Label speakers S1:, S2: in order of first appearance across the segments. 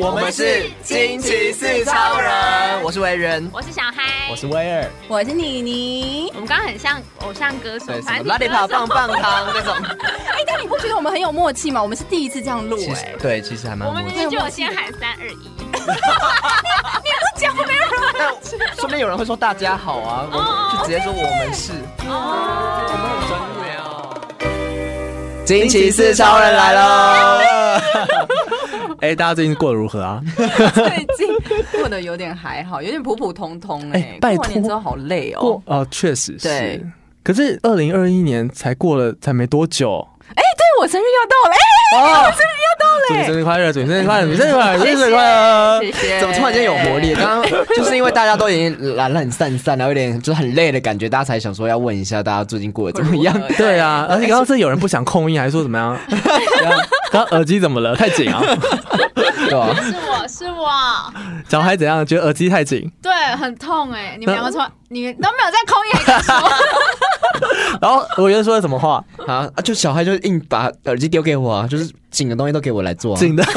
S1: 我
S2: 们是惊奇四超人，我是维人，
S3: 我是小嗨，
S1: 我是威尔，
S4: 我是妮 妮。
S3: 我们刚刚很像偶像歌手，
S2: 对，什
S3: 反
S2: 么
S3: 正
S2: 拉力跑棒棒糖那种，
S4: 哎，但你不觉得我们很有默契吗？我们是第一次这样录
S2: 其
S4: 哎
S2: 实。对，其实还蛮
S3: 我们
S2: 默
S3: 明
S2: 契。
S3: 明就有先喊三二一，
S2: 但说不定有人会说大家好 啊，我
S3: 哦
S2: 们就直接说我们是，
S3: 哦，
S2: 我们很专业哦。惊奇四超人来喽！
S1: 哎、大家最近过得如何啊？
S4: 最近过得有点还好，有点普普通通哎
S1: 哎。拜
S4: 过完年
S1: 托
S4: 之后好累哦
S1: 过。哦，确实
S4: 对
S1: 是。可是二零二一年才过了，才没多久。
S4: 哎，对我生日要到了，哎，
S1: 哦，
S4: 到
S1: 祝
S4: 了
S1: 你
S4: 哎。
S1: 生日快乐！祝你生日快乐！祝你生日快乐！祝你生日快乐！
S4: 谢谢。
S2: 怎么突然间有活力？？刚刚 就是因为大家都已经懒懒散散，然后有点就是很累的感觉，大家才想说要问一下大家最近过得怎么 样。
S1: 对啊，而且刚刚是有人不想控音，还说怎 么样？刚刚耳机怎么了？太紧啊！
S2: 对吧？
S3: 是我是我，
S1: 小孩怎样？觉得耳机太紧，
S3: 对，很痛哎，你们两个说你们都没有在空眼敢说，
S1: 然后我就说了什么话？
S2: 啊，啊就小孩就硬把耳机丢给我啊，就是紧的东西都给我来做、啊。
S1: 紧的，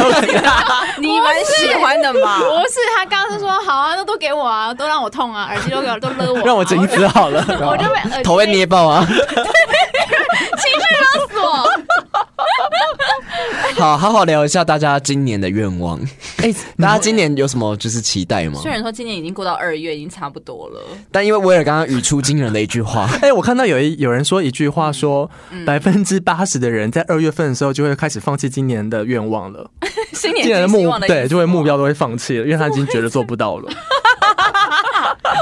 S4: 你蛮喜欢的嘛？
S3: 不是，他刚刚是说好啊，那都给我啊，都让我痛啊，耳机都给我，都勒我啊，
S1: 让我紧死好了。
S3: 我就被呃耳机
S2: 头被捏爆啊！
S3: 情绪勒索，
S2: 好，好好聊一下大家今年的愿望。
S1: 哎，
S2: 大家今年有什么就是期待吗
S4: 虽？然说今年已经过到二月，已经差不多 了。
S2: 但因为威尔刚刚语出惊人的一句话，
S1: 哎、我看到有一有人说一句话说，
S4: 嗯
S1: 百分之八十的人在二月份的时候就会开始放弃今年的愿望了，
S4: 新
S1: 今年
S4: 年
S1: 的
S4: 新希
S1: 目
S4: 望的啊
S1: 对就会目
S4: 标。
S1: 标都会放弃了，因为他已经觉得做不到了。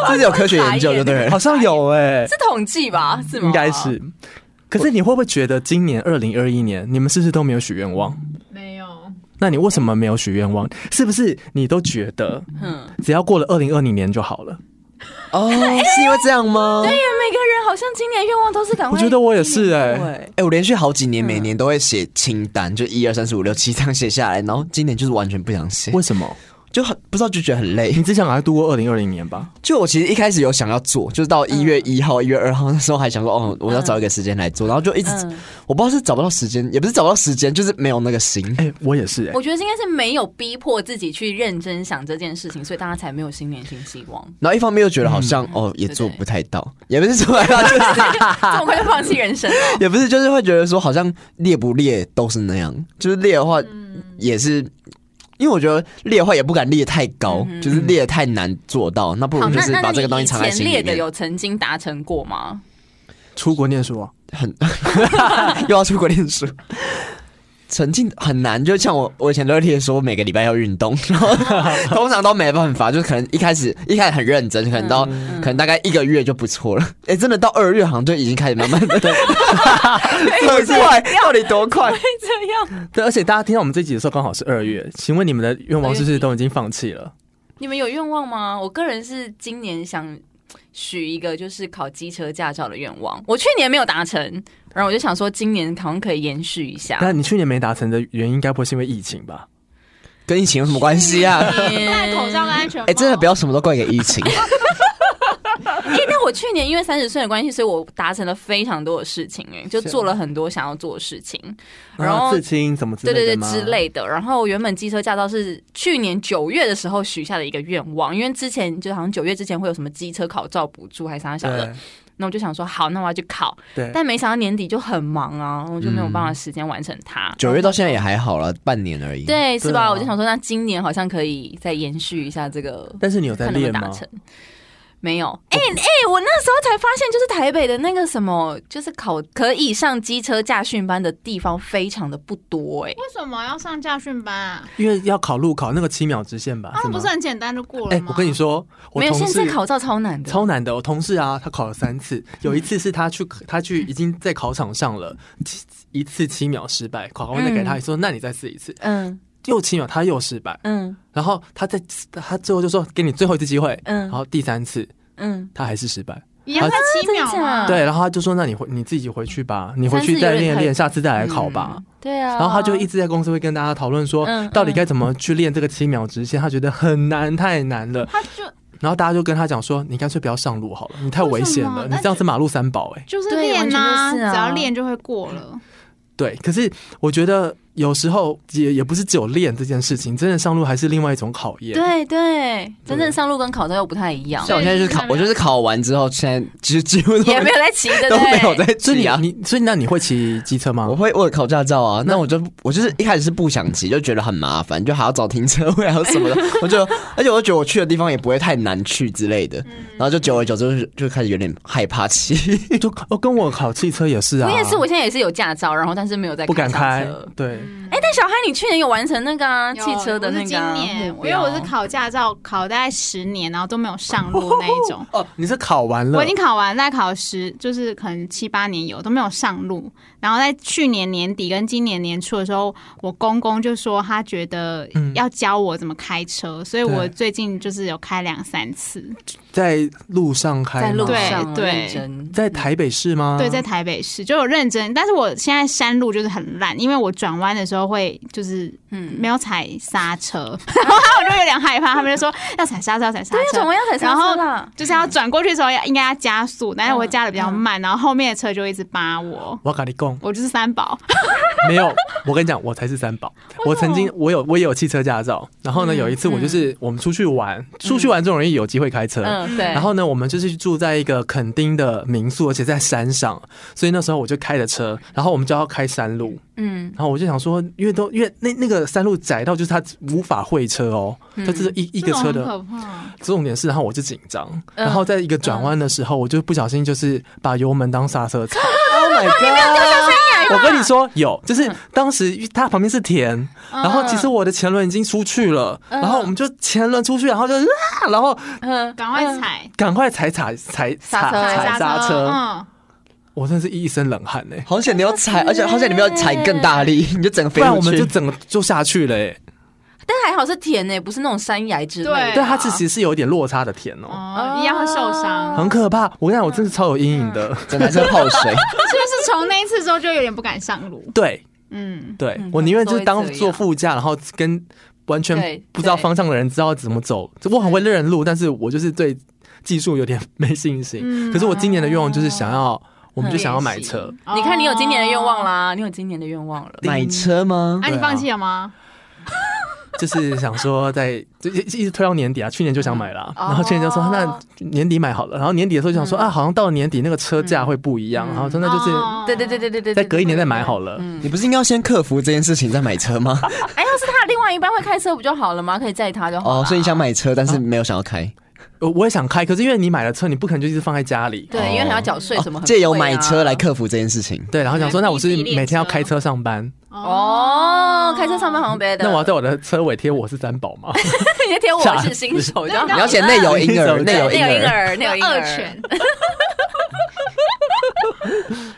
S2: 这是有科学研究就对了
S1: 好。像有哎、
S4: 是统计吧？是吗？哎
S1: 应该。是。
S4: 啊
S1: 可是你会不会觉得今年二零二一年你们是不是都没有许愿望？
S3: 没有，
S1: 那你为什么没有许愿望？是不是你都觉得
S4: 嗯，
S1: 只要过了二零二零年就好了？
S2: 哦，是因为这样吗？
S4: 对呀，每个人好像今年愿望都是赶快。欸
S1: 我觉得我也是哎
S4: 对
S2: 哎、我连续好几年，每年都会写清单，就一二三四五六七这样写下来，然后今年就是完全不想写，
S1: 为什么？
S2: 就很不知道就觉得很累。
S1: 你只想来度过二零二零年吧？
S2: 就我其实一开始有想要做，就是到一月一号、一月二号那时候还想说，哦，我要找一个时间来做，然后就一直、
S4: 嗯嗯
S2: 我不知道是找不到时间，也不是找不到时间，就是没有那个 心。
S1: 哎、我也是哎、
S4: 我觉得应该是没有逼迫自己去认真想这件事情，所以大家才没有新年新希望，
S2: 然后一方面又觉得好
S4: 嗯
S2: 像、哦也做不太到， 也不是说 就是
S4: 这么快就放弃人生了。
S2: 也不是就是会觉得说好像列不列都是那样，就是列的话
S4: 嗯
S2: 也是。因为我觉得列的话也不敢列太高，就是列得太难做到，那不如
S4: 嗯好，
S2: 就
S4: 那
S2: 是
S4: 那
S2: 把这个
S4: 那
S2: 东西
S4: 你以
S2: 藏在
S4: 前
S2: 心
S4: 列
S2: 里
S4: 的
S2: 面。
S4: 有曾经达成过吗？
S1: 出国念书啊，
S2: 很 又要出国念书，沉浸很难。就像我，我以前都会列说每个礼拜要运动， 然后通常都没办法，就可能一开始一开始很认真，可能到、可能大概一个月就不错了。哎、真的到二月好像就已经开始慢慢的， 很快，到底多 快？
S4: 这样，
S1: 对，而且大家听到我们这集的时候刚好是二月，请问你们的愿望是不是都已经放弃了？
S4: 你们有愿望吗？我个人是今年想许一个就是考机车驾照的愿望，我去年没有达成，然后我就想说今年好像可以延续一下。
S1: 那你去年没达成的原因，该不会是因为疫情吧？
S2: 跟疫情有什么关系 啊？
S3: 戴口罩跟安全帽，
S2: 哎、真的不要什么都怪给疫情。
S4: 哎、但我去年因为三十岁的关系，所以我达成了非常多的事情、哎，就是
S1: 啊
S4: 做了很多想要做的事情，然
S1: 然
S4: 后
S1: 后啊刺青什么之
S4: 对
S1: 类
S4: 对
S1: 的
S4: 对
S1: 吗
S4: 之。类的。然后原本机车驾照是去年九月的时候许下的一个愿望，因为之前就好像九月之前会有什么机车考照补助还是啥小的，那我就想说好，那我要去考，
S1: 对对，
S4: 但没想到年底就很忙啊，我就没有办法时间完成它。
S2: 九月到现在也还好了，半年而已。，
S4: 对，是
S1: 嗯对
S4: 吧？
S1: 啊
S4: 我就想说，那今年好像可以再延续一下这个
S1: 但是你有在
S4: 看能不
S1: 练
S4: 能达
S1: 吗？
S4: 成。没有，哎、哎、我那时候才发现，就是台北的那个什么，就是考可以上机车驾训班的地方非常的不多、哎，
S3: 为什么要上驾训班啊？
S1: 因为要考路考那个七秒直线吧？
S3: 他
S1: 是
S3: 们
S1: 吗
S3: 啊不是很简单就过了
S1: 哎
S3: 吗？，
S1: 我跟你说，我
S4: 没有，
S1: 同
S4: 现在
S1: 事
S4: 考照超难的，
S1: 超难的。我同事啊，他考了三次，有一次是他去他去已经在考场上了，七一次七秒失败，考官再给他说，那你再试一次，
S4: 嗯
S1: 又七秒他又失败，
S4: 嗯
S1: 然后他在他最后就说给你最后一次机会，然
S4: 嗯
S1: 后第三次
S4: 嗯，
S1: 他还是失败。
S3: 一样才七秒吗？
S1: 对，然后他就说：“那你回你自己回去吧，你回
S4: 三
S1: 去
S4: 次
S1: 再
S4: 有点
S1: 练
S4: 太
S1: 练，下次再来考吧。
S4: 对啊，
S1: 然后他就一直在公司会跟大家讨论说
S4: 嗯，
S1: 到底该怎么去练这个七秒直线，他觉得很难，太难了。
S3: 他就
S1: 然后大家就跟他讲说：“你干脆不要上路好了，你太危险
S3: 为
S1: 了，
S3: 什么
S1: 你这样是马路三宝。”哎，
S3: 就是
S4: 对
S3: 练
S4: 完全就是啊
S3: 只要练就会过了。
S1: 对。可是我觉得有时候也也不是只有练这件事情，真的上路还是另外一种考验。
S4: 对对，真正上路跟考照又不太一样，
S2: 像我现在
S3: 哦
S2: 就是考，我就是考完之后，现在几几乎都
S4: 也没有在骑，对不
S2: 都没有
S4: 对？
S2: 在
S1: 所以
S2: 骑啊。
S1: 你你所以那你会骑机车吗
S2: 我？会我有考驾照啊，那我就我就是一开始是不想骑，就觉得很麻烦，就还要找停车位还有什么的，我就而且我就觉得我去的地方也不会太难去之类的，然后就久而久之就就开始有点害怕骑。
S1: 就哦，跟我考汽车也是啊，
S4: 我也是，我现在也是有驾照，然后但是没有在
S1: 不敢
S4: 开
S1: 开
S4: 车。。
S1: 对，
S4: 哎，但小嗨，你去年有完成那个啊
S3: 有
S4: 汽车的那
S3: 我是
S4: 个啊
S3: 今年，
S4: 目
S3: 因为
S4: 标
S3: 我是考驾照考大概十年，然后都没有上路那一种。
S1: 哦，你是考完了
S3: 我已，经考完，再考十，就是可能七八年有都没有上路。然后在去年年底跟今年年初的时候，我公公就说他觉得
S1: 嗯
S3: 要教我怎么开车，所以我
S1: 对
S3: 最近就是有开两三次。
S1: 在路上开吗，
S4: 在路
S3: 对
S4: 上啊
S3: 对
S4: 认真
S1: 在台北市吗？
S3: 对，在台北市就有认真，但是我现在山路就是很烂，因为我转弯的时候会就是
S4: 嗯，
S3: 没有踩刹车，然后我就有点害怕。他们就说要踩刹车，要踩刹
S4: 对，要
S3: 车
S4: 转。弯要踩刹
S3: 然
S4: 车
S3: 后
S4: 啦。
S3: 就是要转过去的时候要应该要加速，但是我加的比较慢，然后后面的车就一直扒我，
S1: 我跟你
S4: 嗯
S1: 讲，
S3: 我就是三宝。
S1: 没有，我跟你讲，我才是三宝。我曾经我有我也有汽车驾照，然后呢，
S4: 嗯
S1: 有一次我就是我们出去玩，出去玩最容易有机会开车。
S4: 嗯，对。
S1: 然后呢，我们就是住在一个垦丁的民宿，而且在山上，所以那时候我就开着车，然后我们就要开山路，
S4: 嗯，
S1: 然后我就想说，因为都因为那那个山路窄到就是它无法会车哦，
S4: 嗯
S1: 它就是一一
S3: 一
S1: 个车的
S3: 很可怕，
S1: 重点是，然后我就紧张，
S4: 嗯
S1: 然后在一个转弯的时候，我就不小心就是把油门当刹车踩。
S2: Oh my god！
S1: 我跟你说，有，就是当时它旁边是田，然后其实我的前轮已经出去了，
S4: 嗯
S1: 然后我们就前轮出去，然后就啊，然后
S4: 嗯，
S3: 赶快踩
S1: 赶快踩踩踩
S4: 刹
S1: 踩
S4: 车
S1: 踩刹车，
S3: 嗯，
S1: 我真的是一身冷汗哎，
S2: 好险你有踩，而且好险你没有踩更大力，你就整个
S1: 不
S2: 飞
S1: 然
S2: 出
S1: 我们
S2: 去
S1: 就整个就下去了哎。
S4: 但还好是田呢，不是那种山崖之类的。
S3: 对
S1: 对，它其实是有一点落差的田哦，
S3: 哦，一样会受伤。
S1: 很可怕。我跟你讲，我真的超有阴影的。
S2: 整台车泡水。
S3: 是不是从那一次之后就有点不敢上路？
S1: 对
S3: 嗯，
S1: 对
S4: 嗯，
S1: 我宁愿就是
S4: 都
S1: 当
S4: 会这样
S1: 做副驾，然后跟完全
S4: 对
S1: 不知道
S4: 对
S1: 方向的人知道怎么走。我很会认人路，但是我就是对技术有点 没信心。
S3: 嗯
S1: 可是我今年的愿望就是想
S4: 啊
S1: 要，我们就想要买车
S4: 练。你看，你有今年的愿望啦，你有今年的愿望了。
S2: 买车吗？
S3: 那、你放弃了吗？
S1: 就是想说在就一一直推到年底啊，去年就想买了啊、
S4: 嗯
S1: 然后去年就说
S4: 哦
S1: 那年底买好了，然后年底的时候就想说、
S4: 嗯
S1: 啊，好像到了年底那个车价会不一样，
S4: 嗯
S1: 然后真的就是
S3: 哦
S4: 对对对对对对，
S1: 再隔一年再买好
S4: 了。
S1: 了。
S4: 嗯，
S2: 你不是应该要先克服这件事情再买车吗？
S4: 哎，要是他另外一半会开车不就好了吗？可以载他就好了。
S2: 哦，所以你想买车，但是没有想要开。哦
S1: 我我也想开，可是因为你买了车，你不可能就一直放在家里。
S4: 对，因为还要缴税什么
S2: 哦
S4: 很贵啊，
S2: 借由买车来克服这件事情。
S1: 对，然后想说，
S3: 对
S1: 那我是
S3: 逼自己练
S1: 每天要
S3: 车
S1: 开车上班，
S4: 哦，开车上班好像 bad。
S1: 那我要在我的车尾贴我是三宝吗？
S4: 你就贴我是新手就好了，
S2: 你要写内有婴儿，
S1: 对
S2: 内有
S4: 内
S2: 婴
S4: 有婴
S2: 儿。
S4: 儿，内有婴儿
S3: 二，犬，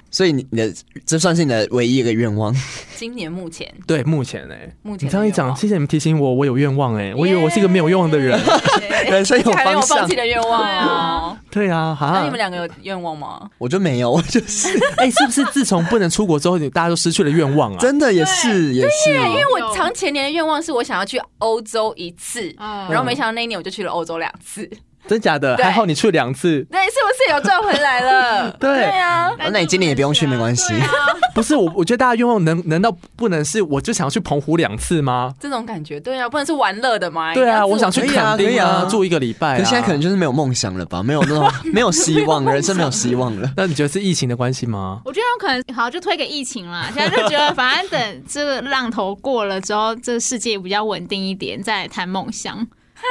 S2: 所以你你的这算是你的唯一一个愿望。
S4: 今年目前
S1: 对，目前哎、
S4: 目前
S1: 你这样一讲，谢谢你们提醒我，我有愿望哎、我以为我是一个
S4: 耶
S1: 没有用的人。
S2: 人生有
S4: 还没有
S2: 方
S4: 放
S2: 向
S4: 弃，的愿望哦。
S1: 对啊，
S4: 那
S1: 哈
S4: 你们，两个有愿望吗？
S2: 我就没有，我 就是
S1: 哎、是不是自从不能出国之后，你大家都失去了愿望啊？
S2: 真的也是也是。
S4: 因为我
S3: 有
S4: 常前年的愿望是我想要去欧洲一次，
S3: 嗯
S4: 然后没想到那一年我就去了欧洲两次，
S1: 真假的？
S4: 对
S1: 还好你去两次。
S4: 对，是不是有赚回来了？
S1: 对
S4: 对啊，
S2: 那你今年也不用去没关系
S3: 对啊
S1: 不是我，我觉得大家愿望能难道不能是我就想去澎湖两次吗？
S4: 这种感觉，对啊，不能是玩乐的嘛。
S1: 对啊，
S4: 要自
S1: 我想去
S2: 可以啊
S1: 垦
S2: 可
S1: 丁
S2: 以啊
S1: 住一个礼拜、啊。
S2: 可是现在可能就是没有梦想了吧，没有那 种没有希望，人生没有希望了。
S1: 那你觉得是疫情的关系吗？
S3: 我觉得有可能好就推给疫情啦，现在就觉得反正等这个浪头过了之后，这个世界比较稳定一点，再来谈梦想。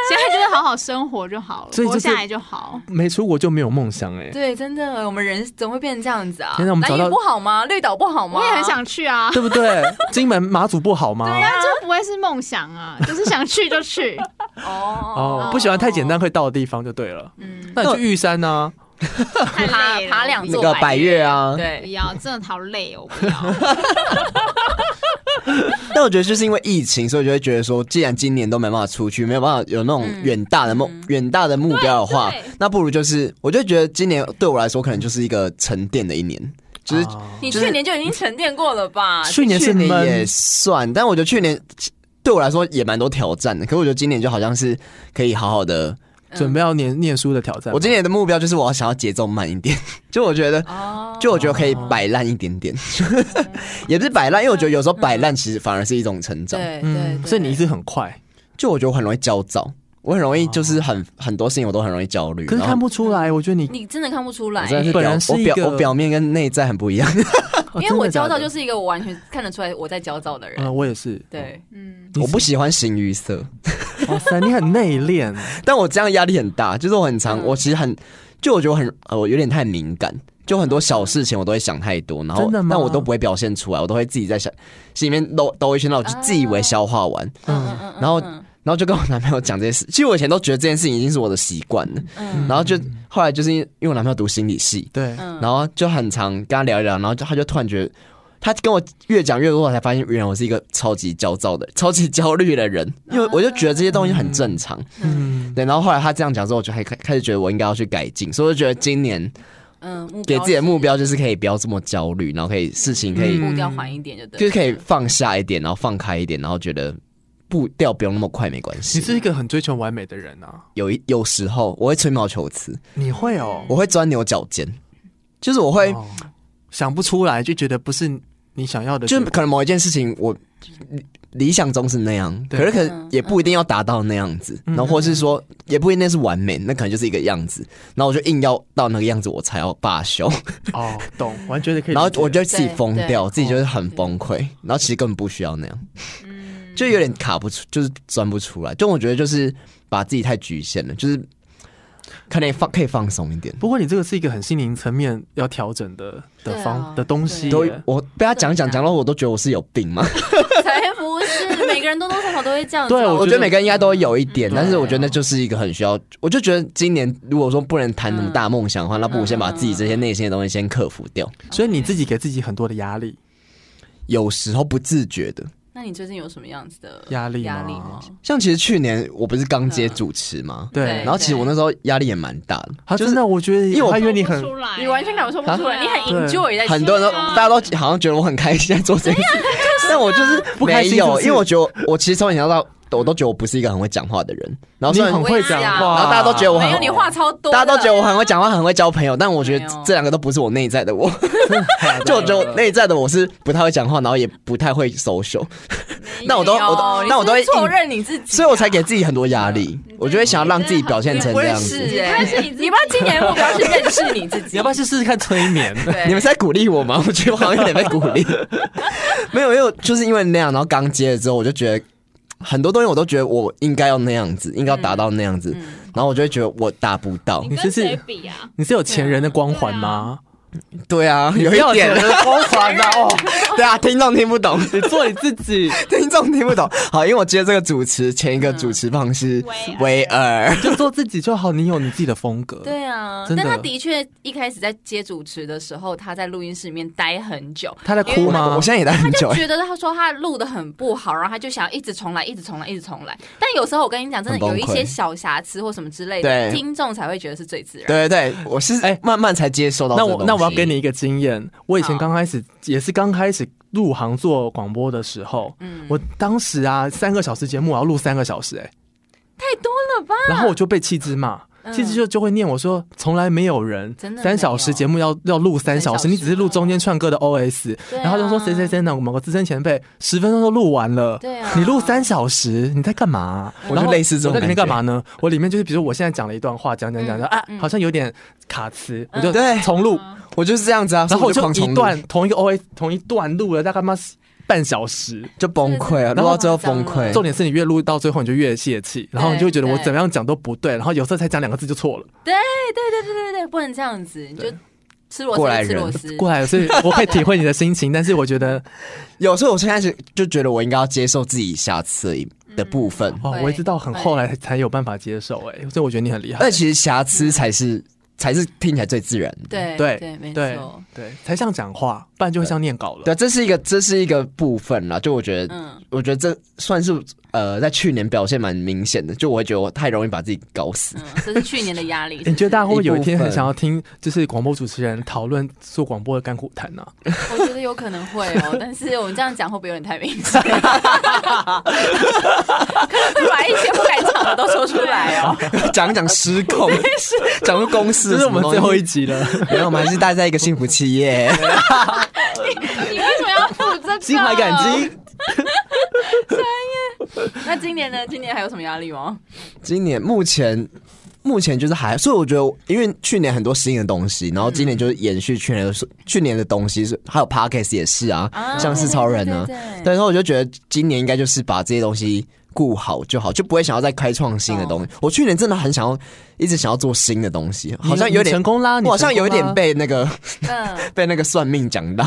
S3: 现在就是好好生活就好了，
S1: 所以就
S3: 活
S1: 是
S3: 下来就好。
S1: 没出国就没有梦想哎、
S4: 对，啊真的，我们人怎么会变成这样子啊？
S1: 天哪我们
S4: 蓝
S1: 找到
S4: 屿不好吗？绿岛不好吗？
S3: 我也很，想去啊，
S1: 对不对？金门马祖不好吗？
S4: 对啊
S3: 但这不会是梦想啊，就是想去就去。
S4: 哦
S1: 哦，不喜欢太简单，会到的地方就对了。
S4: 嗯，
S1: 那你去玉山啊呢、
S3: 太
S4: 爬
S3: 累了
S4: 爬两
S2: 那
S4: 座
S2: 个百
S4: 月
S2: 月，啊，
S3: 不
S4: 对，
S3: 要，真的好累 哦，我不要。
S2: 但我觉得就是因为疫情，所以我就会觉得说，既然今年都没办法出去，没有办法有那种
S4: 嗯
S2: 远大的梦、远大的目标的话
S3: 对对，
S2: 那不如就是，我就觉得今年对我来说，可能就是一个沉淀的一年，就是
S1: 啊
S4: 你
S2: 就是
S4: 去年就已经沉淀过了吧？
S1: 去年是
S2: 去年
S1: 闷
S2: 也算，但我觉得去年对我来说也蛮多挑战的。可是我觉得今年就好像是可以好好的
S4: 嗯
S1: 准备要念念书的挑战吗。
S2: 我今年的目标就是我要想要节奏慢一点， 就我觉得，
S4: 哦
S2: 就我觉得可以摆烂一点 点，也不是摆烂，因为我觉得有时候摆烂其实反而是一种成长。
S4: 对对
S1: 嗯，
S4: 对，
S1: 所以你一直很快，
S2: 就我觉得我很容易焦躁，我很容易就是很很多事情我都很容易焦
S4: 嗯
S2: 虑。
S1: 哦可是
S2: 然后
S1: 看不出来。我觉得你
S4: 你真的看不出
S2: 我
S4: 来
S2: 真，的是
S1: 本
S2: 表
S1: 人是
S2: 我
S1: 一
S2: 表
S1: 个，
S2: 我表面跟内在很不一样。
S4: 因为我焦躁就是
S1: 哦
S4: 是一个我完全看得出来我在焦躁的人。
S1: 嗯，我也是。
S4: 对，
S3: 嗯，
S1: 你
S2: 我不喜欢形于色，
S1: 哇塞，你很 内敛，
S2: 但我这样压力很大，就是我很
S1: 嗯
S2: 常，我其实很，就我觉得我很，呃，我有点太敏感，就很多小事情我都会想太多，然后
S1: 真的吗
S2: 但我都不会表现出来，我都会自己在想，心里面兜兜一圈，然后我就自以为消化完，
S4: 嗯
S1: 嗯，
S4: 嗯
S2: 然后
S4: 嗯
S2: 然后就跟我男朋友讲这些事。其实我以前都觉得这件事情已经是我的习惯了，
S4: 嗯
S2: 然后就后来就是因为因为我男朋友读心理系，
S1: 对，
S4: 嗯
S2: 然后就很常跟他聊一聊，然后就他就突然觉得。他跟我越讲越多，我才发现原来我是一个超级焦躁的、超级焦虑的人，因为我就觉得这些东西很正常。
S1: 嗯，
S2: 对，然后后来他这样讲之后，我就还开开始觉得我应该要去改进，所以我就觉得今年
S4: 嗯，目
S2: 给
S4: 标
S2: 自己的目标就是可以不要这么焦虑，然后可以事情可以、
S1: 嗯
S4: 目标缓一点就对
S2: 就
S4: 了，
S2: 是可以放下一点，然后放开一点，然后觉得步调不用那么快，没关
S1: 你
S2: 系。
S1: 是一个很追求完美的人啊，
S2: 有一有时候我会吹毛求疵，
S1: 你会哦，
S2: 我会钻牛角尖，就是我会、
S1: 哦想不出来，就觉得不是你想要的结
S2: 就
S1: 果，
S2: 可能某一件事情我理理想中是那样，
S1: 对
S2: 可是可
S4: 嗯
S2: 能也不一定要达到那样子，
S1: 嗯
S2: 然后或是说也不一定是完美，那可能就是一个样子，然后我就硬要到那个样子我才要罢休。
S1: 哦，懂，完全的可以理解。
S2: 然后我就自己疯掉，
S4: 对
S2: 自己就是很崩溃，然后其实根本不需要那样，
S4: 嗯
S2: 就有点卡不出，就是钻不出来。就我觉得就是把自己太局限了，就是可能也放可以放松一点。
S1: 不过你这个是一个很心灵层面要调整的的
S4: 对啊
S1: 方的东西耶，
S2: 都我被他讲讲
S4: 对啊
S2: 讲到我都觉得我是有病 嘛，
S4: 才不是每个人多多少少都会这样子。
S1: 对我
S2: 我觉
S1: 觉
S2: 得
S1: 得
S2: 每个人应该都有一点，
S1: 嗯
S2: 但
S4: 啊
S2: 是我觉得那就是一个很需要。我就觉得今年如果说不能谈什么
S4: 嗯
S2: 大梦想的话，那不如先把自己这些内心的东西先克服掉。
S1: 所以你自己给自己很多的压力，
S2: 有时候不自觉的，
S4: 那你最近有什么样子的
S1: 压力吗
S4: 压力吗？
S2: 像其实去年我不是刚接
S4: 嗯
S2: 主持嘛，
S1: 对
S4: 对
S2: 然后其实我那时候压力也蛮大的，
S1: 啊，
S2: 就
S1: 真
S2: 是
S1: 的，我觉得
S2: 因为我
S1: 他约你很
S3: 说不出来，
S4: 你完全感受不出来，
S3: 啊
S4: 你很 enjoy 在啊
S2: 很多人都
S4: 其中
S2: 大家都好像觉得我很开心在做这件事， 但我就是
S1: 不开心
S2: 没
S1: 是不
S2: 有，
S1: 是
S2: 因为我觉得我其实从以前到我都觉得我不是一个很会讲话的人，然后
S1: 你
S2: 虽然
S1: 很会讲话，
S2: 啊然后大家都觉得我很
S4: 没有你话超多的，
S2: 大家都觉得我很会讲话，很会交朋友，但我觉
S4: 没有
S2: 得这两个都不是我内在的我，就我觉得我
S1: 那
S2: 内在的我是不太会讲话，然后也不太会 social，那我都我都
S4: 没有
S2: 那我都会
S4: 你是错认你自己啊，
S2: 所以我才给自己很多压力，我就会想要让自己表现成
S4: 我
S2: 这
S4: 也
S2: 样子。
S4: 是
S3: 你
S4: 哎
S3: 认识你自，己
S4: 你不要今年的目标是认识 你自己，
S1: 你要不要去试试看催眠？
S4: 对
S2: 你们是在鼓励我吗？ 我觉得我好像有点被鼓励。没有，因为就是因为那样，然后刚接了之后，我就觉得很多东西我都觉得我应该要那样子，应该要达到那样子，然后我就会觉得我达不到。
S1: 你
S3: 你
S1: 是
S3: 跟
S1: 是
S3: 谁比啊？
S1: 你是有前人的光环吗？
S2: 对啊，有
S1: 要
S2: 一点
S1: 前人，的光 环啊！哦，
S2: 对啊，听众听不懂，
S1: 你做你自己，
S2: 听众听不懂。好，因为我接这个主持，前一个主持棒是
S3: 威
S2: 威尔，
S1: 就做自己就好，你有你自己的风格。
S4: 对啊，
S1: 真的
S4: 但他的确一开始在接主持的时候，他在录音室里面待很久，
S1: 他在哭吗？
S2: 我我现在也待很久、欸，
S4: 觉得他说他录的很不好，然后他就想一直重来，一直重来，一直重来。但有时候我跟你讲，真的
S2: 很崩
S4: 有
S2: 溃
S4: 一些小瑕疵或什么之类的，
S2: 对
S4: 听众才会觉得是最自然。
S2: 对对对，我是
S1: 哎
S2: 慢慢才接受到
S1: 那
S2: 这
S1: 我
S2: 东
S1: 那我要
S2: 西
S1: 给你一个经验，我以前
S4: 好
S1: 刚开始也是刚开始入行做广播的时候，
S4: 嗯
S1: 我当时啊三个小时节目我要录三个小时、哎，
S4: 太多了吧？
S1: 然后我就被气质骂。
S4: 嗯
S1: 气质就就会念我说，从来没有人
S4: 真的没有
S1: 三小时节目要要录三小
S4: 三小时
S1: 时，你只是录中间串歌的 OS，
S4: 对啊
S1: 然后就说谁谁谁呢？某个资深前辈十分钟都录完了，
S4: 对啊
S1: 你录三小时，你在干嘛啊？
S2: 我就
S1: 然后
S2: 类似这种
S1: 我在里面
S2: 感
S1: 干
S2: 觉
S1: 嘛呢？我里面就是比如我现在讲了一段话，讲讲讲讲啊，好像有点卡词，我就
S2: 对
S1: 重录，
S2: 我就是这样子啊，
S1: 然后
S2: 所
S1: 我
S2: 以
S1: 就
S2: 狂重
S1: 一
S2: 录
S1: 段同一个 O A 同一段录了大概妈半小时。
S2: 就崩溃啊，
S4: 对
S2: 录到最后崩
S4: 对
S2: 溃
S1: 重。点是你越录到最后，你就越泄气，然后你就会觉得我怎么样讲都不对，然后有时候才讲两个字就错了。
S4: 对对对对对，不能这样子，你就吃螺
S2: 过来
S4: 丝吃
S2: 人
S4: 螺丝。
S1: 过来，所以我可以体会你的心情，但是我 觉得
S2: 有时候我现在是就觉得我应该要接受自己瑕疵的一的部分，
S1: 哦，
S4: 对
S1: 我一直到很后来才有办法接受、哎，所以我觉得你很厉害
S2: 但。其实瑕疵才是才是听起来最自然的。
S4: 对
S1: 对
S4: 对，没
S1: 对
S4: 错。
S1: 对，才像讲话，不然就会像念稿了。
S2: 对，这是一个这是一个部分啦。就我觉得，
S4: 嗯，
S2: 我觉得这算是呃，在去年表现蛮明显的。就我会觉得我太容易把自己搞死。
S4: 嗯，这是去年的压力。 是不是
S1: 你觉得大家会不会有一天很想要听，就是广播主持人讨论做广播的甘苦谈呢、
S4: 我觉得有可能会哦，但是 我们这样讲会不会有点太明显？可能会把一些不敢讲我都说出来 哦。
S2: 讲讲失 控，讲出公司
S1: 这
S2: 的
S1: 是
S2: 什
S1: 我
S2: 么东
S1: 们
S2: 西，
S1: 最后一集了，
S2: 没有，我们还是待在一个幸福企 业。
S3: 你为什么要付这个？
S1: 心怀感激。
S4: 那今年呢？今年还有什么压力吗？
S2: 今年目前目前就是还，所以我觉得，因为去年很多新的东西，然后今年就是延续去年的去年的东西，是还有 podcast 也是啊，像是超人呢、
S4: 对
S2: 对，所以我就觉得今年应该就是把这些东西顾好就好，就不会想要再开创新的东西。
S1: 哦
S2: 我去年真的很想要，一直想要做新的东西，好像有
S1: 你
S2: 点
S1: 成，功啊啦，你
S2: 我好像有一
S1: 成功啦
S2: 点。被那个
S4: 嗯，
S2: 被那个算命讲 到，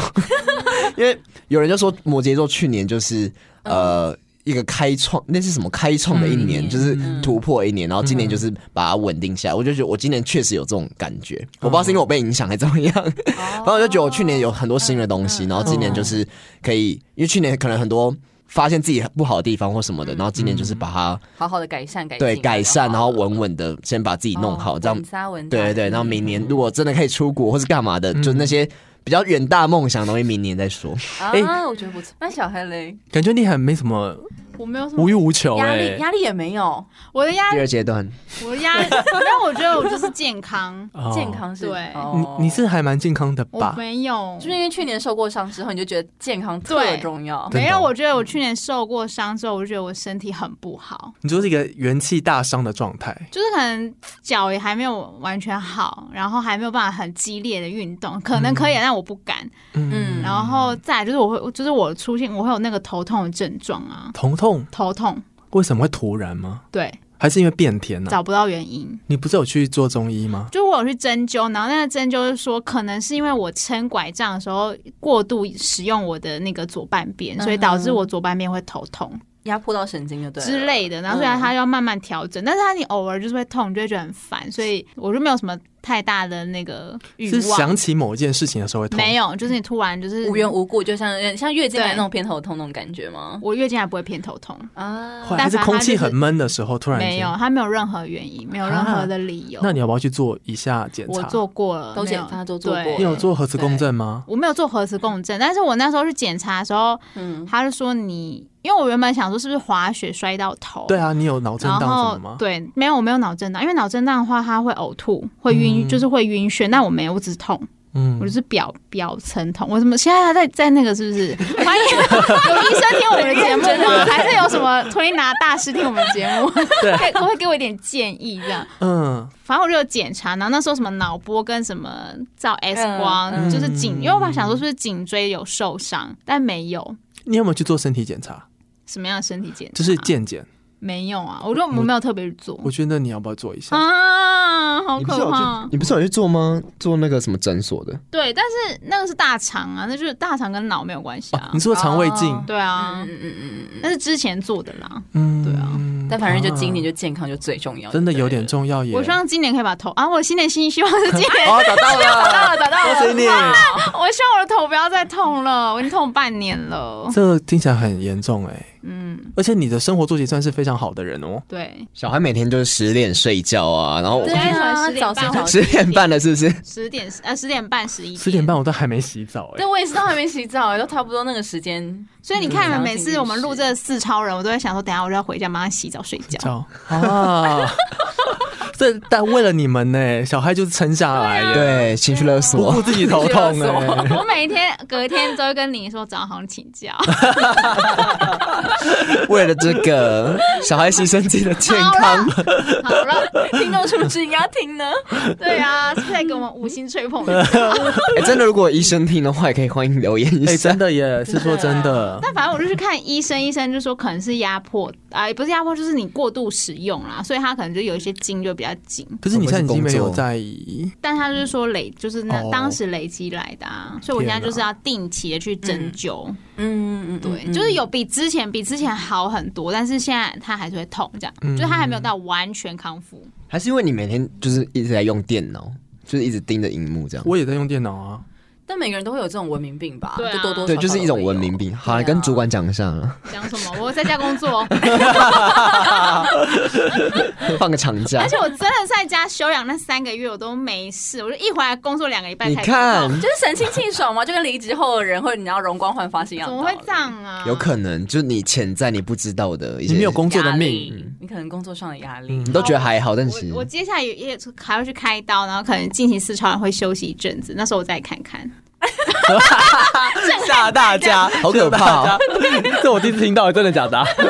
S2: 因为有人就说摩羯座去年就是呃一个开创，那是什么开创的一年，
S4: 嗯
S2: 就是突破一年，然后今年就是把它稳定下来。我就觉得我今年确实有这种感觉，
S4: 哦
S2: 我不知道是因为我被影响还是怎么样， 反正我就觉得我去年有很多新的东
S4: 嗯
S2: 西，然后今年就是可以，因为去年可能很多。发现自己不好的地方或什么的，然后今年就是把它
S4: 好好的改善嗯改进
S2: 对改善，然
S4: 好
S2: 后稳稳的先把自己弄好，
S4: 哦
S2: 这样
S4: 稳扎稳打
S2: 对对对，然后明年如果真的可以出国或是干嘛的，就那些比较远大梦想的东西，明年再说。哎
S4: 啊，我觉得不错。那小黑嘞，
S1: 感觉你很没什么
S3: 我没有什么
S1: 无欲无求
S4: 压
S1: 哎
S4: 力，压力也没有，
S3: 我的压
S2: 第，二阶段，
S3: 我的压，但我觉得我就是健康，
S1: 哦
S4: 健。康是
S3: 对
S4: 哦
S1: 你你是还蛮健康的
S3: 我
S1: 吧？
S3: 没有
S4: 就是。因为去年受过伤之后，你就觉得健康特
S3: 对
S4: 重要。
S1: 真
S3: 没
S1: 的
S3: 有，
S1: 哦
S3: 我觉得我去年受过伤之后，我就觉得我身体很不好，
S1: 你就是一个元气大伤的状态。
S3: 就是可能脚也还没有完全好，然后还没有办法很激烈的运动，可能可以，啊但我不敢。
S1: 嗯，
S4: 嗯，然后
S3: 然后再来就是我会，就是我出现我会有那个头痛的症状啊，
S1: 疼痛
S3: 头痛，
S1: 为什么会突然吗？
S3: 对，
S1: 还是因为变甜呢、
S3: 找不到原因。
S1: 你不是有去做中医吗？
S3: 就我有去针灸，然后那个针灸是说，可能是因为我撑拐杖的时候过度使用我的那个左半
S1: 嗯
S3: 边，所以导致我左半边会头痛
S4: 压迫到神经就对了
S3: 之类的。然后虽然它要慢慢调整，但是它你偶尔就是会痛，你就会觉得很烦，所以我就没有什么太大的那个欲
S1: 是想
S3: 望。
S1: 起某一件事情的时候会痛？
S3: 没有，就是你突然就是
S4: 无缘，无故，就像像月经来
S3: 对
S4: 那种偏头痛那种感觉吗？
S3: 我月经还不会偏头痛，
S4: 啊
S1: 会，
S3: 但
S1: 还是
S3: 凡
S1: 空
S3: 它
S1: 气
S3: 就是
S1: 很闷的时候突然间
S3: 没有，它没有任何原因，没有任何的理由。
S1: 那你要不要去做一下检
S3: 我
S1: 查？
S3: 做过了，
S4: 都
S3: 没有
S4: 检查都做
S3: 对
S4: 过了
S1: 你有做核磁共振吗？
S3: 我没有做核磁共振，但是我那时候去检查的时候，
S4: 嗯，
S3: 他就说你，因为我原本想说是不是滑雪摔到头，
S1: 对，啊，你有脑震
S3: 然
S1: 荡什
S3: 后
S1: 么吗？
S3: 对，没有，我没有脑震荡，因为脑震荡的话，它会呕吐，会晕，
S1: 嗯
S3: 就是会晕眩，但我没有，我只是痛，
S1: 嗯
S3: 我，就是表表层痛，我怎么现在还在在那个是不是？ 欢迎有医生听我们的节目 吗？还是有什么推拿大师听我们的节目？
S1: 对
S3: 可以可不可以给我一点建议这样？
S1: 嗯，
S3: 反正我就有检查，然后那时候什么脑波跟什么照 X 光，
S4: 嗯嗯
S3: 就是颈，因为我本来想说是不是颈椎有受伤，但没有。
S1: 你有没有去做身体检查？
S3: 什么样的身体检查？
S1: 就是健检，
S3: 没有啊，我就我没有特别去做
S1: 我觉得你要不要做一
S3: 嗯
S1: 下？
S3: 啊，好
S2: 你不是
S3: 可
S2: 有去
S3: 怕。
S2: 你不是有去做吗？做那个什么诊所的？
S3: 对，但是那个是大肠啊，那就是大肠跟脑没有关系
S1: 啊
S3: 啊
S1: 你。做肠胃镜
S4: 哦，
S3: 对啊
S4: 嗯，嗯嗯嗯嗯。
S3: 那是之前做的啦。
S1: 嗯，
S3: 对啊
S4: 但反正就今年
S1: 就
S4: 就健康就最重要，
S1: 真的
S4: 对
S1: 有点。重要耶。
S3: 我希望今年可以把头啊，我新年新希望是今年，
S1: 哦，找到
S4: 找到
S1: 了，
S4: 了，找到了，
S1: 恭喜你！
S3: 我希望我的头不要再痛了，我已经痛半年了。
S1: 这听起来很严重哎，
S3: 嗯，
S1: 而且你的生活作息算是非常好的人哦。
S3: 对，
S2: 小孩每天就是十点睡觉啊，然后
S4: 对啊早睡早
S2: 十点半了，是不是？
S3: 十点呃十点半十一
S1: 十点半我都还没洗澡哎
S4: 对，，我也是都还没洗澡，都差不多那个时 间。
S3: 所以你看，
S4: 嗯
S3: 每次我们录这四超人，我都在想说，等一下我就要回家马上洗澡睡觉。
S1: 叫
S3: 哦
S1: 啊， 这但为了你们呢，小孩就是撑下来
S3: 啊
S1: 耶，
S2: 对，啊情绪勒
S1: 不
S2: 索
S1: 顾。自己头痛哎。
S3: 我每一天隔天都会跟你说早上请 假，
S2: 为了这 个，小孩牺牲自己的健康。
S3: 好了，
S4: 听众是不是应该听呢？
S3: 对啊，是在给我们五星吹 捧。
S2: 哎，真的，如果医生听的话，也可以欢迎留言一
S1: 哎，
S2: 下
S1: 真。的耶，是说真的，
S3: 但反正我就去看医生，医生就说可能是压迫啊、也不是压迫，就是你过度使用啦，所以他可能就有一些筋就比较紧，
S1: 可是你现在已
S2: 会
S1: 经没有
S2: 不会是工作
S1: 在
S3: 但他就是说累，就是那、
S1: 哦
S3: 当时累积来的啊，所以我现在就是要定期的去针灸，
S4: 嗯嗯嗯，
S3: 对，
S4: 嗯
S3: 就是有比之前比之前好很多，但是现在它还是会痛，这样，就是它还没有到完全康复。
S2: 还是因为你每天就是一直在用电脑，就是一直盯着荧幕这样。
S1: 我也在用电脑啊。
S4: 但每个人都会有这种文明病吧？
S3: 对啊
S4: 就多多少少
S2: 对，就是一种文明病。好，
S4: 对啊
S2: 跟主管讲一下啊，
S3: 讲什么？我在家工作，
S2: 放个长假
S3: 而。且我真的在家休养那三个月，我都没事，我就一回来工作两个礼拜
S2: 你
S3: 才。
S2: 看，，
S4: 就是神清气爽嘛，就跟离职后的人会，你知道容光焕发是一样
S3: 怎
S4: 的道
S3: 么
S4: 理。
S3: 会这样啊？
S2: 有可能就是你潜在你不知道的一些，
S1: 你没有工作的
S4: 压
S1: 命，
S4: 力，你可能工作上的压力。
S2: 你都觉得还好，但其实
S3: 哦我我接下来也也还要去开刀，然后可能进行四超完会休息一阵子，那时候我再看看。
S2: 吓大 家，好可怕哦！
S1: 这我第一次听到，真的 假的啊？
S3: 嗯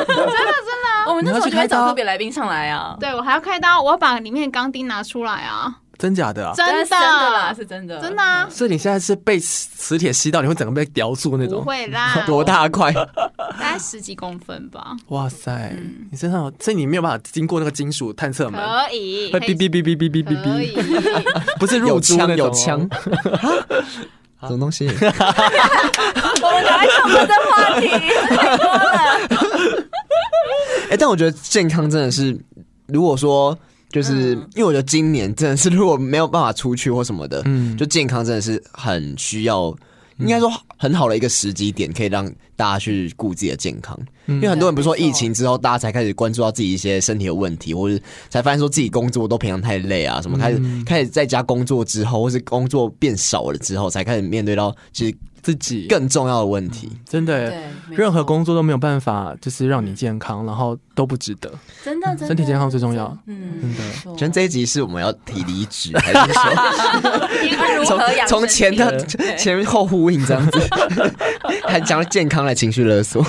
S4: 我们那时候就会
S1: 你要去开刀
S4: 找特别来宾上来啊，
S3: 对我还要开刀，我要把里面的钢钉拿出来啊！
S1: 真假的啊？
S3: 真的
S4: 但是真的啦，是真的，
S3: 真的啊，
S1: 所以你现在是被磁铁吸到，你会整个被叼住那
S3: 不
S1: 种？
S3: 会 啊啦，
S2: 多大块？
S3: 大概十几公分吧，
S1: 哇塞，
S3: 嗯
S1: 你身上有，所以你没有办法经过那个金属探测门，
S3: 可以，
S1: 嗯会
S3: 可
S1: 哔
S3: 以
S1: 哔哔哔哔哔
S3: 可
S1: 哔，
S3: 以。
S1: 不是入
S2: 有
S1: 珠那
S2: 枪
S1: 种哦
S2: 有 枪，，什么东 西？
S4: 我们赶快上我们的话题，太多了。
S2: 哎，但我觉得健康真的是，如果说就是
S4: 嗯
S2: 因为我觉得今年真的是，如果没有办法出去或什么的，
S1: 嗯，
S2: 就
S1: 就
S2: 健康真的是很需要，应该说很好的一个时机点，可以让大家去顾自己的健康。
S1: 嗯
S2: 因为很多人不是说
S4: 对没错
S2: 疫情之后，大家才开始关注到自己一些身体的问题，或是才发现说自己工作都平常太累啊，什么开始、
S1: 嗯
S2: 开始在家工作之后，或是工作变少了之后，才开始面对到其实
S1: 自己
S2: 更重要的问题。
S1: 真的耶。
S4: 对，没错
S1: 任何工作都没有办法，就是让你健康，然后都不值得。
S4: 真的真的
S1: 身体健康最重要
S4: 嗯，
S1: 真的
S4: 没错
S2: 觉得这一集是我们要提离职，还是 说
S4: 如
S2: 从
S4: 何养
S2: 从前到
S4: 身体对
S2: 前后呼应这样子？ 还讲到健康来情绪勒索，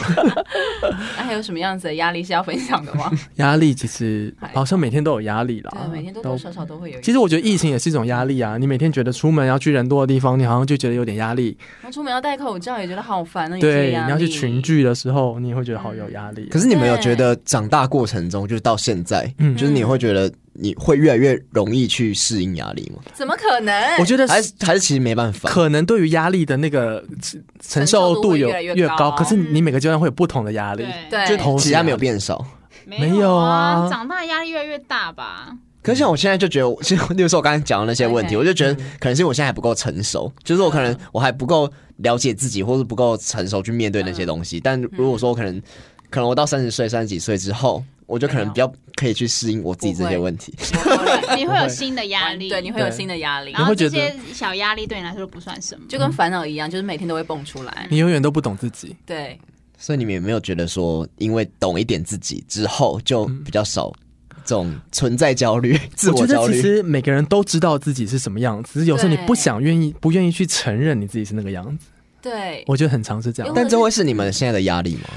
S4: 那还有什么样子的压力是要分享的 吗？
S1: 压力其实
S4: 还好
S1: 好像每天都有压力啦，
S4: 哎对，每天多多少少都会有一点。
S1: 其实我觉得疫情也是一种压力啊，你每天觉得出门要去人多的地方，你好像就觉得有点压力。
S4: 然后出门要戴口罩，也觉得好烦啊。
S1: 对，
S4: 有
S1: 你
S4: 压力嗯
S1: 要去群，聚的时候，你也会觉得好有压力。
S2: 可
S1: 是，
S2: 是你们有觉得长大过程中，就是到现在，
S1: 嗯
S2: 就是你会觉得你会越来越容易去适应压力吗？
S4: 怎么可能？
S1: 我觉得
S2: 还是还是其实没办法？
S1: 嗯可能对于压力的那个承承受度
S4: 承
S1: 有
S4: 受度会越来越
S1: 越啊
S4: 高嗯
S1: 可是你每个阶段会有不同的压力。
S3: 对
S4: 对，
S2: 就
S1: 同
S2: 其
S1: 时
S2: 他
S1: 啊
S2: 没有变少。
S1: 没
S3: 没
S1: 有啊
S3: 啊，长大压力越来越大吧？
S2: 可是像我现在就觉得 我，就例如说我刚才讲的那些问题，我
S4: OK
S2: 就觉得
S1: 嗯
S2: 可能是我现在还不够成熟，就是我可能我还不够了解自己，或是不够成熟去面对那些东
S1: 嗯
S2: 西。但如果说我可能，可能我到三十岁、三十几岁之后，我就可能比较可以去适应我自己这些问题。
S3: 你会有新的压力，
S4: 对，你会有新的压力
S1: 然
S3: 然，
S1: 后
S3: 后
S1: 这
S3: 这
S1: 些
S3: 些小压力对你来说不算什么，
S4: 就跟烦恼一样，就是每天都会蹦出来。
S1: 你永远都不懂自己，
S4: 对，
S2: 所以你们有没有觉得说，因为懂一点自己之后，就比较少这种存在焦虑、自
S1: 嗯我
S2: 我
S1: 觉得
S2: 焦
S1: 其
S2: 虑？
S1: 实每个人都知道自己是什么样子，只是有时候你
S4: 对
S1: 不想、愿意、不愿意去承认你自己是那个样子。
S4: 对，
S1: 我觉得很常是这样
S4: 因为。
S2: 但这会是你们现在的压力吗？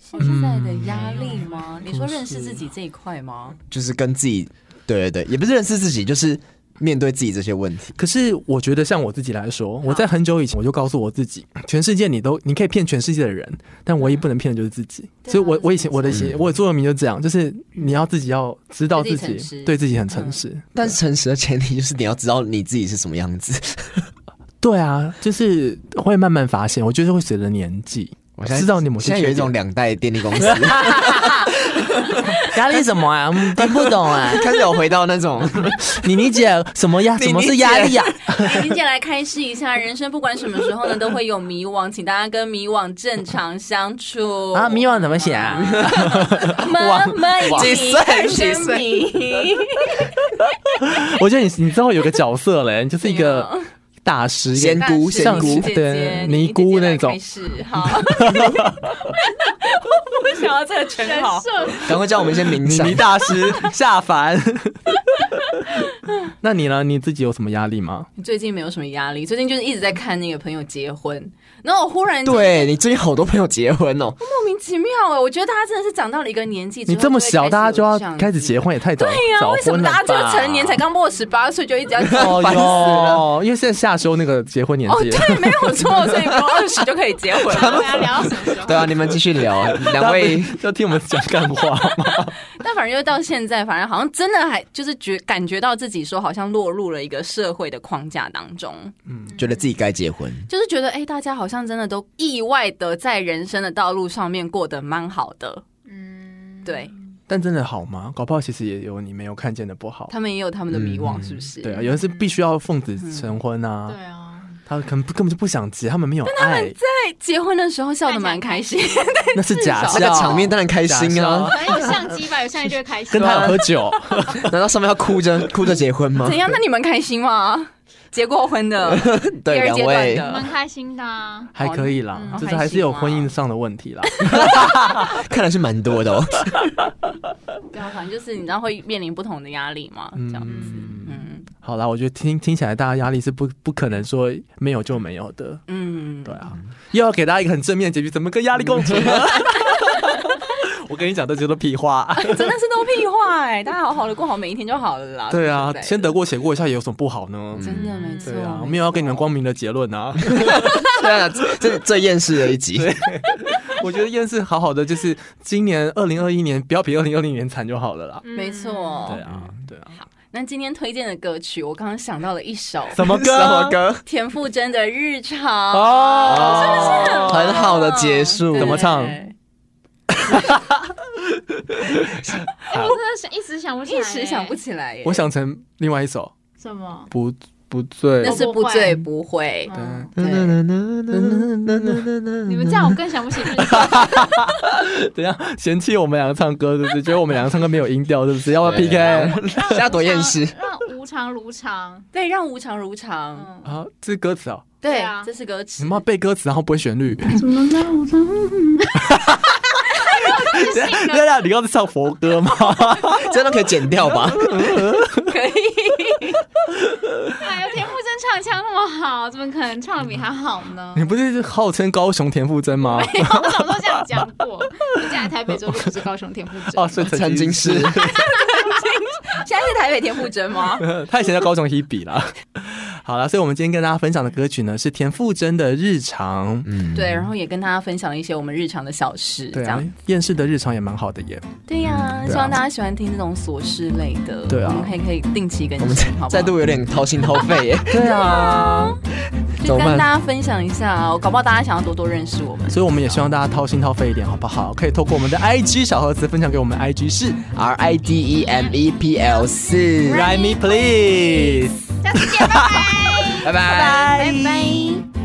S4: 现在的压力吗？你说认识自己这一块吗？
S2: 就是跟自己，对对对，也不是认识自己，就是面对自己这些问题。
S1: 可是我觉得，像我自己来说，我在很久以前我就告诉我自己，全世界你都你可以骗全世界的人，但唯一不能骗的就是自己。
S4: 对啊
S1: 所以我，我以前
S4: 这是
S1: 我的写我的座右铭就这样，就是你要自己要知道自
S4: 对自己诚
S1: 己，
S4: 实嗯
S1: 对自己很诚实。
S2: 但是诚实的前提就是你要知道你自己是什么样子。
S1: 对啊，就是会慢慢发现，我觉得会随着年纪，
S2: 我现在
S1: 知道你某些
S2: 现在有一种两代电力公司，
S1: 压力什么 啊，听不懂啊。
S2: 开始有回到那种，
S1: 你理解什么压？
S2: 什么是压力
S1: 啊？
S4: 今天来开示一下，人生不管什么时候呢，都会有迷惘，请大家跟迷惘正常相处。
S1: 啊迷惘怎么写啊？
S4: 妈妈已
S2: 几
S4: 经
S2: 岁
S4: 二
S2: 几
S4: 十米，
S1: 我觉得你你之后有个角色嘞，你就是一个大师，
S2: 仙姑仙
S1: 上
S2: 姑
S1: 仙
S4: 姐
S1: 对
S4: 姐，
S1: 尼姑那种
S4: 是好，我不想要这个称 号。
S2: 赶快叫我们先冥想。
S1: 大师 下凡。那你呢？你自己有什么压力吗？
S4: 最近没有什么压力，最近就是一直在看那个朋友结婚，然后我忽然莫
S2: 对你最近好多朋友结婚哦，
S4: 名其妙哎、我觉得大家真的是长到了一个年纪之后，
S1: 你这么小，大家就要开始结
S4: 婚。
S1: 婚，也太早
S4: 对呀、
S1: 早
S4: 为什
S1: 婚
S4: 么
S1: 了
S4: 大家
S1: 吧
S4: 就成年才？刚过十八岁就一直要结婚？
S1: 哦
S2: 烦死
S1: 哟
S2: 了，
S1: 因为现在下周那个结婚年
S4: 哦，
S1: 纪了，
S4: 对，没有错，所以过二十就可以结 婚
S3: 我
S4: 了。
S3: 们要聊到 什么时候？
S2: 对啊，你们继续聊，两位
S1: 要听我们讲干话吗？
S4: 但反正就到现在，反正好像真的还就是觉感觉到自己说好像落入了一个社会的框架当中，
S1: 嗯
S2: 觉得自己该结婚，
S4: 就是觉得哎、诶大家好像真的都意外的在人生的道路上面过得蛮好的。
S3: 嗯，
S4: 对
S1: 但真的好吗？搞不好其实也有你没有看见的不好。
S4: 他们也有他们的迷惘，是不是？
S1: 对啊，有人是必须要奉子成婚
S3: 对
S1: 啊，
S3: 啊，
S1: 他可能不根本就不想结，他们没有爱，
S4: 在哎结婚的时候笑得蛮开心，
S1: 那是啊假
S4: 至少
S1: 笑。
S2: 那个场面当然开心啊
S1: 假。啊
S3: 反正有相机吧，有相机就会开心。
S1: 跟他有喝酒，
S2: 难道上面要哭着哭着结婚吗
S4: 怎？样？那你们开心吗？结过婚 的，
S2: 对
S4: 第二
S2: 两
S4: 阶段
S2: 位
S4: 的
S3: 蛮开心的啊。
S1: 还可以啦
S4: 嗯，
S1: 就是还是有婚姻上的问题啦。
S2: 看来是蛮多 的哦。
S4: 对啊，反正就是你知道会面临不同的压力嘛，这样子，
S1: 嗯，
S4: 嗯
S1: 好啦，我觉得听听起来大家压力是不不可能说没有就没有的，
S4: 嗯，
S1: 对啊，又要给大家一个很正面的结局，怎么跟压力共存呢？ 我跟你讲，这些都屁 话。
S4: 真的是都屁话哎、大家好好的过好每一天就好了啦。
S1: 对嗯
S4: 说
S1: 啊
S4: 实，在的
S1: 先得过且过一下有什么不好呢？
S4: 真的没错，
S1: 对啊，我
S4: 错
S1: 没有要给你们光明的结论 啊。
S2: 对啊，这这这厌世的一集，
S1: 我觉得厌世好好的，就是今年二零二一年不要比二零二零年惨就好了啦。
S3: 嗯
S4: 没错。
S1: 对啊，对啊，
S4: 那今天推荐的歌曲，我刚刚想到了一首
S1: 什么歌？
S2: 什么歌？
S4: 田馥甄的《日常》
S1: 哦
S4: 是不是
S2: 很好的结束
S4: 对
S1: 怎么唱
S3: 哎，我真的想一时想不起来，欸
S4: 一时想不起来耶。
S1: 我想成另外一首，
S3: 什么。
S1: 不不醉
S4: 那。是不醉不会，
S3: 嗯
S4: 对
S2: 嗯
S3: 你们这样我更想不起日常。
S1: 等一下嫌弃我们两个唱歌，是不是？觉得我们两个唱歌没有音调，是不是？要不要
S2: 对
S1: PK
S2: 现在多厌 世，
S3: 让无常如常。
S4: 对，让无常如常，
S3: 嗯，
S1: 啊？这是歌词哦，
S4: 对
S3: 对啊，
S4: 这是歌词
S1: 你。妈背歌词然后不会旋律。
S3: 怎么让无常？
S1: 对啊，你刚才唱佛歌吗？
S2: 真的可以剪掉 吧？
S4: 可以，
S3: 哎呦，田馥甄唱腔那么好，怎么可能唱的比他好 呢？
S1: 你不是号称高雄田馥甄吗？
S3: 我早都这样讲过，你嫁来台北之后就不是高雄田馥甄
S1: 哦，所以
S2: 曾经是。
S4: 现在是台 北田馥甄吗？
S1: 他以前在高中 Hebe 啦。好了，所以我们今天跟大家分享的歌曲呢是田馥甄的《日常》。
S2: 嗯，
S4: 对，然后也跟大家分享一些我们日常的小事，这
S1: 对啊
S4: 样。，
S1: 厌世的日常也蛮好的耶。
S4: 对呀，
S1: 嗯
S4: 希
S1: 对啊
S4: 望大家喜欢听这种琐事类的，
S1: 对啊
S4: 我们可以可以定期更
S2: 我们
S4: 新，好不好？
S2: 再度有点掏心掏肺耶。
S1: 对啊，
S4: 就
S2: 怎么
S4: 跟
S2: 办
S4: 大家分享一下啊，我搞不好大家想要多多认识我们。
S1: 所以我们也希望大家掏心掏肺一点，好不好？可以透过我们的 IG 小盒子分享给我们 IG 是
S2: R I D E M E P L 四，
S1: Write Me Please。
S3: 下次见，拜拜，
S2: 拜拜。
S3: 拜拜。